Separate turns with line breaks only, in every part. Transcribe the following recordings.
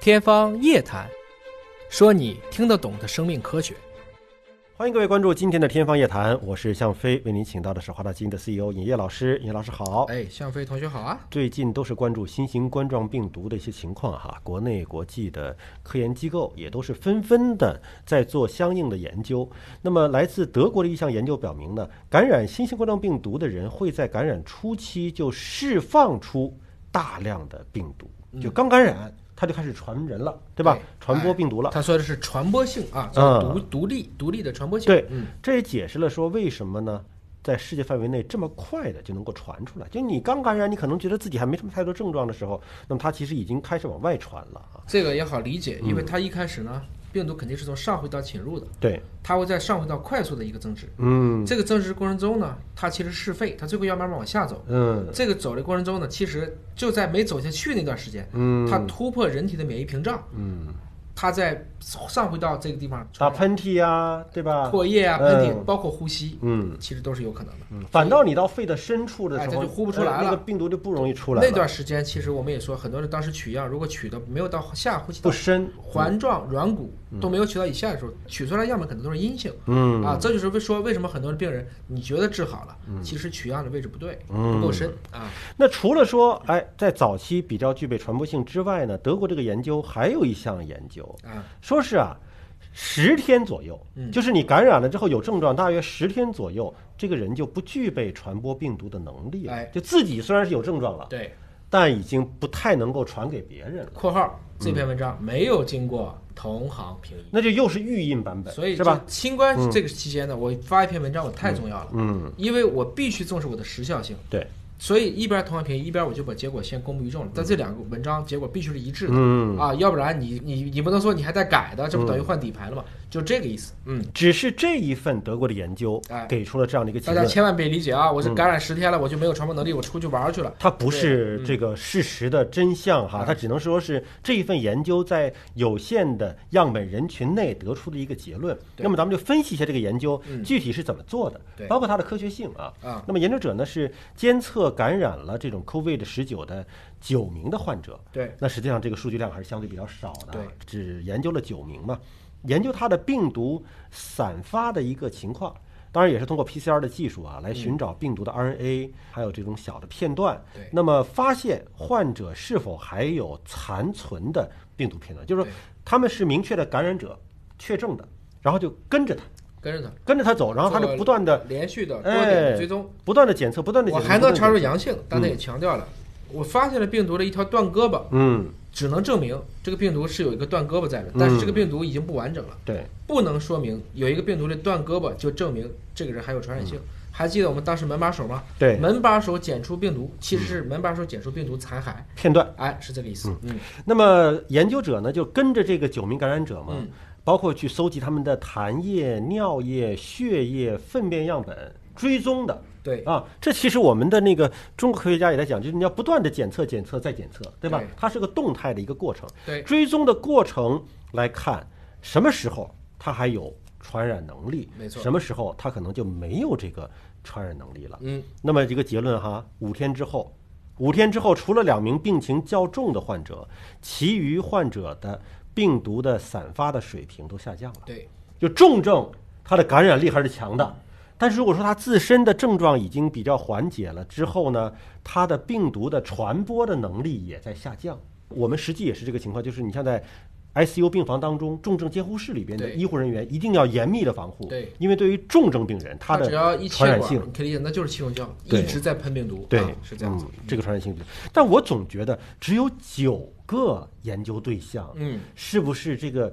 天方夜谭，说你听得懂的生命科学。
欢迎各位关注今天的《天方夜谭》，我是向飞，为您请到的是华大基因的 CEO 尹烨老师。尹烨老师好，
哎，向飞同学好啊！
最近都是关注新型冠状病毒的一些情况哈，国内国际的科研机构也都是纷纷的在做相应的研究。那么，来自德国的一项研究表明呢，感染新型冠状病毒的人会在感染初期就释放出大量的病毒，就刚感染它就开始传人了，对
嗯
吧？
对
传播病毒了。
他说的是传播性啊，叫
嗯
独独立独立的传播性。
对
嗯，
这也解释了说为什么呢，在世界范围内这么快的就能够传出来。就你刚感染，你可能觉得自己还没什么太多症状的时候，那么它其实已经开始往外传了啊。
这个也好理解，
嗯
因为它一开始呢，病毒肯定是从上回道侵入的，
对，
它会在上回道快速的一个增殖。
嗯
这个增殖过程中呢，它其实是肺，它最后要慢慢往下走。
嗯
这个走的过程中呢，其实就在没走下去那段时间，
嗯，
它突破人体的免疫屏障，
嗯
它在上回道这个地方
打
传
喷嚏呀、对吧？
唾液啊、喷嚏，
嗯
包括呼吸，
嗯，
其实都是有可能的。
反倒你到肺的深处的
哎
时
它
候，
就呼不出来
哎那
了
个病毒就不容易出来了
那段时间，其实我们也说，很多人当时取样，如果取的没有到下呼吸道
不深，
环
嗯
状软骨都没有取到以下的时候，取出来样本可能都是阴性。
嗯
啊，这就是为说为什么很多病人你觉得治好了，其实取样的位置不对，
嗯
不够深啊。
那除了说，哎，在早期比较具备传播性之外呢，德国这个研究还有一项研究
啊，
说是啊，十天左右，
嗯
就是你感染了之后有症状，大约十天左右，这个人就不具备传播病毒的能力了。
哎
就自己虽然是有症状了，
对，
但已经不太能够传给别人了。
括号这
嗯
篇文章没有经过同行评议，
那就又是预印版本，
所以
是
这
吧？
新冠这个期间呢，我发一篇文章我太重要了，
嗯，
因为我必须重视我的时效性。
对，
所以一边同行评议，一边我就把结果先公布于众了。但这两个文章结果必须是一致的、
嗯
啊，要不然你你你不能说你还带改的，这不等于换底牌了吗？就这个意思。嗯，
只是这一份德国的研究
哎
给出了这样的一个嗯结
大家
论，
千万别理解啊！我是感染十天了，我就没有传播能力，我出去玩儿去了。
它不
嗯
是这个事实的真相哈，它只能说是这一份研究在有限的样本人群内得出的一个结论。
对
那么咱们就分析一下这个研究
嗯
具体是怎么做的
对，
包括它的科学性啊。
啊
那么研究者呢是监测感染了这种 COVID 十九的九名的患者，
对，
那实际上这个数据量还是相对比较少的，啊
对，
只研究了九名嘛，研究它的病毒散发的一个情况。当然也是通过 PCR 的技术啊，来寻找病毒的 RNA，、还有这种小的片段
对。
那么发现患者是否还有残存的病毒片段，就是说
对
他们是明确的感染者、确症的，然后就跟着他，
跟着他，
跟着他走，然后他就不断的、
连续的多点
呃哎
的追踪，
不断的检测，不断的嗯
我
检测。
还能查
查
出阳性。刚才也强调了，我发现了病毒的一条断胳膊，
嗯，
只能证明这个病毒是有一个断胳膊在的，但是
嗯
这个病毒已经不完整了。
对，
不能说明有一个病毒的断胳膊就证明这个人还有传染性。还记得我们当时门把手吗？
嗯对
门把手检出病毒，其实是门把手检出病毒残骸。
片段。
哎，是这个意思。嗯，
那么研究者呢，就跟着这个九名感染者嘛，
嗯
包括去搜集他们的痰液、尿液、血液、粪便样本，追踪的。
对，
啊，这其实我们的那个中国科学家也在讲，就是你要不断的检测、检测再检测，对吧？
对
它是个动态的一个过程。
对
追踪的过程来看，什么时候它还有传染能力？
没错
什么时候它可能就没有这个传染能力了？
嗯，
那么这个结论哈，五天之后，五天之后，除了两名病情较重的患者，其余患者的病毒的散发的水平都下降了。
对，
就重症，它的感染力还是强的。但是如果说它自身的症状已经比较缓解了之后呢，它的病毒的传播的能力也在下降。我们实际也是这个情况，就是你像在 ICU 病房当中，重症监护室里边的
对
医护人员一定要严密的防护，
对
因为对于重症病人，
它只要
的
一
传
切
染
管，
性
你可以理解，那就是气溶胶，
对
一直在喷病毒。
对
啊，是这样子。
嗯这个传染性比较，但我总觉得只有九个研究对象，
嗯，
是不是这个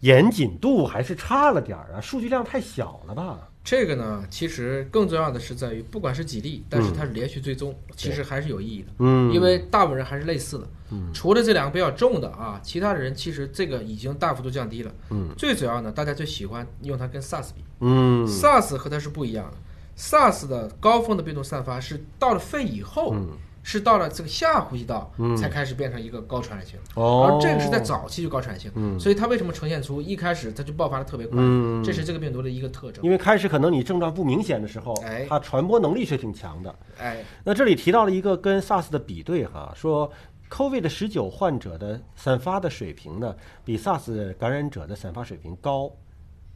严谨度还是差了点儿啊？数据量太小了吧？
这个呢，其实更重要的是在于，不管是几例，但是它是连续追踪，其实还是有意义的。
嗯
因为大部分人还是类似的，除了这两个比较重的啊，其他的人其实这个已经大幅度降低了。
嗯，
最主要呢，大家就喜欢用它跟 SARS 比、
嗯
s a r s 和它是不一样的。SARS 的高峰的病毒散发是到了肺以后，
嗯
是到了这个下呼吸道、才开始变成一个高传染性，
哦
而这个是在早期就高传染性，所以它为什么呈现出一开始它就爆发的特别快，
嗯
这是这个病毒的一个特征。
因为开始可能你症状不明显的时候，
哎
它传播能力却挺强的。
哎，
那这里提到了一个跟 SARS 的比对哈，说 COVID 十九患者的散发的水平呢，比 SARS 感染者的散发水平高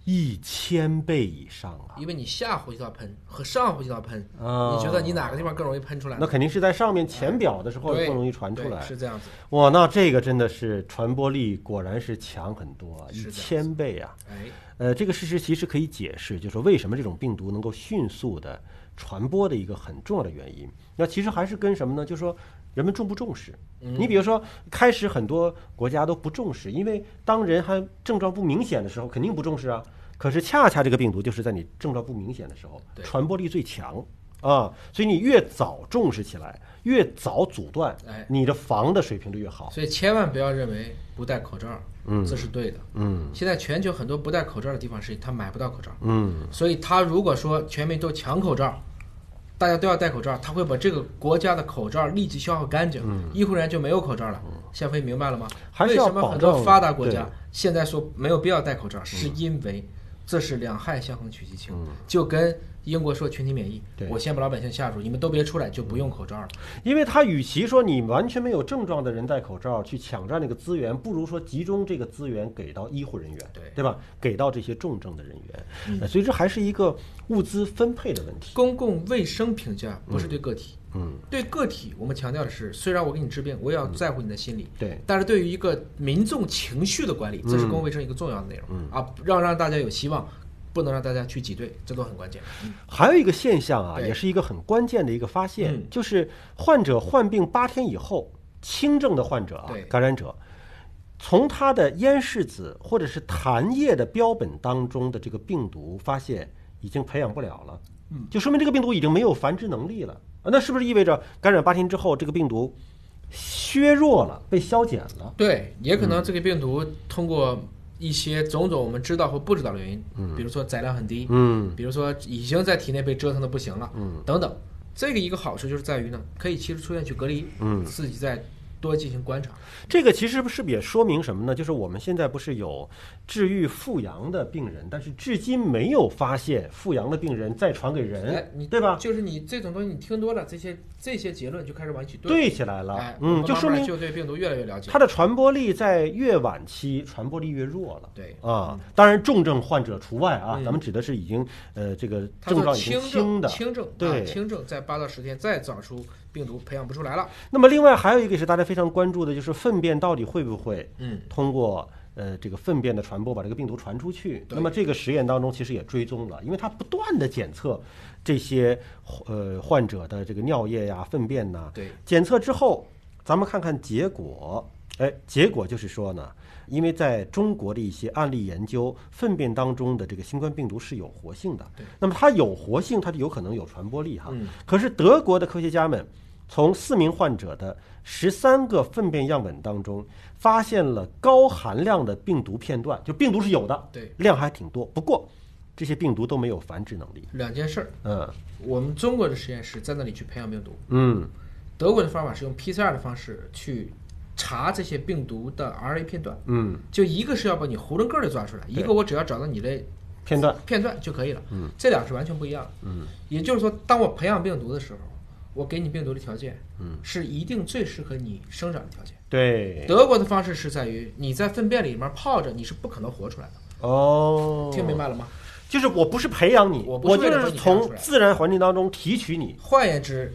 一千倍以上啊！
因为你下呼吸道喷和上呼吸道喷，
啊
你觉得你哪个地方更容易喷出来呢？
那肯定是在上面浅表的时候
嗯对
更容易传出
对
来。
是这样子。
哇，那这个真的是传播力果然是强很多啊，
是
一
的
千倍啊！
哎，
呃，这个事实其实可以解释，就是说为什么这种病毒能够迅速的传播的一个很重要的原因。那其实还是跟什么呢？就是说人们重不重视。
嗯
你比如说，开始很多国家都不重视，因为当人还症状不明显的时候，肯定不重视啊。可是恰恰这个病毒就是在你症状不明显的时候，
对
传播力最强啊，所以你越早重视起来，越早阻断
哎，
你的防的水平就越好。
所以千万不要认为不戴口罩，嗯，这是对的。嗯，现在全球很多不戴口罩的地方是他买不到口罩，
嗯，
所以他如果说全民都抢口罩，大家都要戴口罩，他会把这个国家的口罩立即消耗干净，医护人员就没有口罩了。夏飞明白了吗？
嗯还是
为
要
什么很
保
多
障
发达国
对嗯
家现在说没有必要戴口罩，是因为这是两害相衡取其轻，就跟英国说群体免疫
对，嗯
我先把老百姓吓住，你们都别出来，就不用口罩了。
因为他与其说你完全没有症状的人戴口罩去抢占这个资源，不如说集中这个资源给到医护人员，
对
对吧？给到这些重症的人员，呃所以这还是一个物资分配的问题。
公共卫生评价不是对个体，嗯，对个体我们强调的是，虽然我给你治病，我也要在乎你的心理，
对，
但是对于一个民众情绪的管理，这是公共卫生一个重要的内容、啊，让让大家有希望，不能让大家去挤兑，这都很关键。嗯
还有一个现象啊，
对
也是一个很关键的一个发现，
嗯
就是患者患病八天以后，轻症的患者啊
对，
感染者，从他的咽拭子或者是痰液的标本当中的这个病毒，发现已经培养不了了，嗯，就说明这个病毒已经没有繁殖能力了。啊那是不是意味着感染八天之后，这个病毒削弱了，被消减了？
对，也可能这个病毒通过一些种种我们知道或不知道的原因，嗯、比如说载量很低，
嗯，
比如说已经在体内被折腾的不行了，嗯，等等。这个一个好处就是在于呢，可以其实出院去隔离，嗯，自己再多进行观察，
这个其实是不是也说明什么呢？就是我们现在不是有治愈复阳的病人，但是至今没有发现复阳的病人再传给
哎
人，
你
对吧？
就是你这种东西你听多了，这些这些结论就开始往一起对，
对起来了，
哎，我
嗯，
们
就
慢
说
慢
明
就对病毒越来越了解。
它的传播力在越晚期传播力越弱了。
对，
啊，当然重症患者除外啊，
嗯
咱们指的是已经呃这个
它
症
说
状已经
轻
轻的。
轻症，
对
啊轻症在八到十天再找出病毒培养不出来了。
那么另外还有一个是大家非常关注的，就是粪便到底会不会
嗯，
通过呃这个粪便的传播把这个病毒传出去。
对
那么这个实验当中其实也追踪了，因为它不断的检测这些呃患者的这个尿液呀、粪便呐、
嗯对，
检测之后，咱们看看结果。哎，结果就是说呢，因为在中国的一些案例研究，粪便当中的这个新冠病毒是有活性的
对。
那么它有活性，它就有可能有传播力哈。
嗯
可是德国的科学家们从四名患者的十三个粪便样本当中，发现了高含量的病毒片段，就病毒是有的，
对，
量还挺多。不过这些病毒都没有繁殖能力。
两件事儿，
嗯
我们中国的实验室在那里去培养病毒，
嗯
德国的方法是用 PCR 的方式去查这些病毒的 RNA 片段，
嗯，
就一个是要把你囫囵个儿的抓出来，一个我只要找到你的
片段
片段就可以了。嗯，这俩是完全不一样的。嗯，也就是说，当我培养病毒的时候，我给你病毒的条件，嗯，是一定最适合你生长的条件。
对
德国的方式是在于你在粪便里面泡着，你是不可能活出来的。
哦，
听明白了吗？
就是我不是培养你，
我
我
不是为
就
了把
是
你培养出
从
来
自然环境当中提取你。
换言之，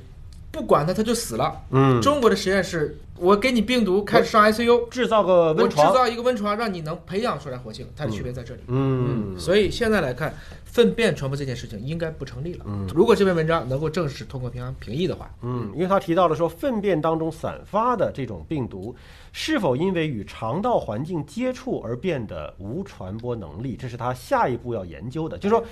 不管它，它就死了。
嗯，
中国的实验室，我给你病毒开始上 ICU，
制造个
我
温
制
床。
造一个温床，让你能培养出来活性，它的区别在这里。
嗯，
所以现在来看，粪便传播这件事情应该不成立了。如果这篇文章能够正式通过平安评议的话，
嗯，因为他提到了说，粪便当中散发的这种病毒，是否因为与肠道环境接触而变得无传播能力，这是他下一步要研究的。就是说，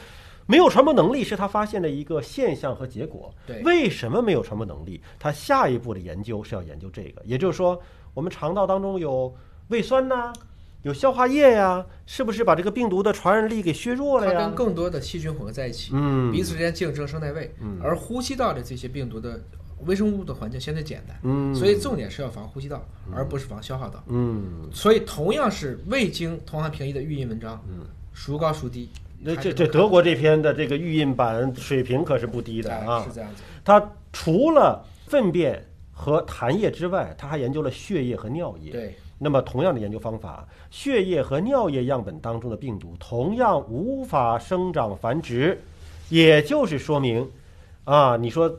没有传播能力是他发现的一个现象和结果。
对
为什么没有传播能力？他下一步的研究是要研究这个，也就是说，我们肠道当中有胃酸呐、有消化液呀、是不是把这个病毒的传染力给削弱了
它
呀
跟？更多的细菌混合在一起，
嗯
彼此之间竞争生态位，而呼吸道的这些病毒的微生物的环境相对简单，
嗯
所以重点是要防呼吸道，而不是防消化道。
嗯，
所以同样是未经同行评议的预印文章，孰高孰低，
嗯那
还
这
是
这
不
德国这篇的这个预印版水平可是不低的
哎
啊
是。这样子。
它除了粪便、和痰液之外，他还研究了血液和尿液。
对，
那么，同样的研究方法，血液和尿液样本当中的病毒同样无法生长繁殖，也就是说明，啊，你说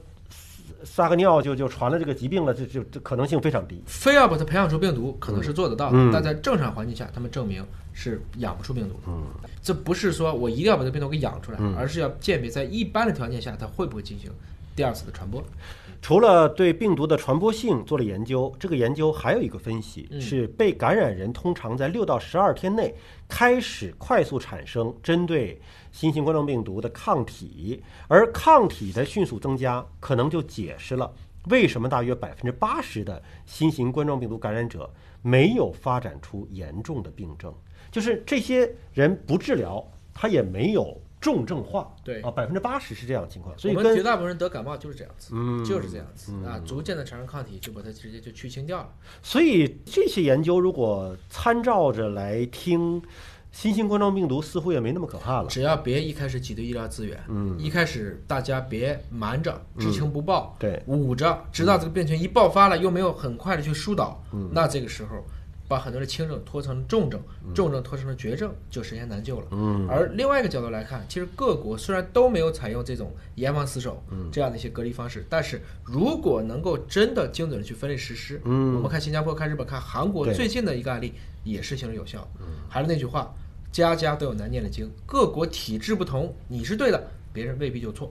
撒撒个尿就就传了这个疾病了，这这这可能性非常低。
非要把它培养出病毒，可能是做得到的，
嗯
但在正常环境下，他们证明是养不出病毒的。
嗯
这不是说我一定要把这个病毒给养出来，而是要鉴别在一般的条件下，它会不会进行第二次的传播。
除了对病毒的传播性做了研究，这个研究还有一个分析、
嗯
是被感染人通常在六到十二天内开始快速产生针对新型冠状病毒的抗体，而抗体的迅速增加可能就解释了为什么大约百分之八十的新型冠状病毒感染者没有发展出严重的病症，就是这些人不治疗，他也没有重症化。
对
啊，百分之八十是这样的情况，所以
我
跟
们绝大部分人得感冒就是这样子，
嗯
就是这样子、啊，逐渐的产生抗体，就把它直接就去清掉了。
所以这些研究如果参照着来听，新型冠状病毒似乎也没那么可怕了。
只要别一开始挤兑医疗资源，
嗯
一开始大家别瞒着、知情不报、
对，
捂着，直
嗯
到这个病情一爆发了，又没有很快的去疏导，那这个时候把很多的轻症拖成重症，重症拖成了绝症，就十年难救了。
嗯
而另外一个角度来看，其实各国虽然都没有采用这种严防死守
嗯
这样的一些隔离方式，但是如果能够真的精准的去分类实施，
嗯
我们看新加坡、看日本、看韩国
对嗯
最近的一个案例也是行之有效。还是那句话，家家都有难念的经，各国体制不同，你是对的，别人未必就错。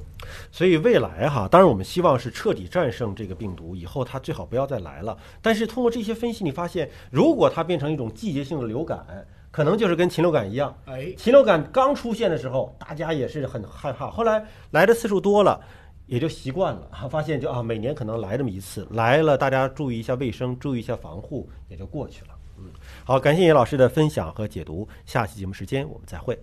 所以未来哈，当然我们希望是彻底战胜这个病毒，以后它最好不要再来了。但是通过这些分析，你发现如果它变成一种季节性的流感，可能就是跟禽流感一样，
哎，
禽流感刚出现的时候，大家也是很害怕，后来来的次数多了。也就习惯了， 啊发现就啊，每年可能来这么一次，来了大家注意一下卫生，注意一下防护，也就过去了。嗯，好，感谢叶老师的分享和解读，下期节目时间我们再会。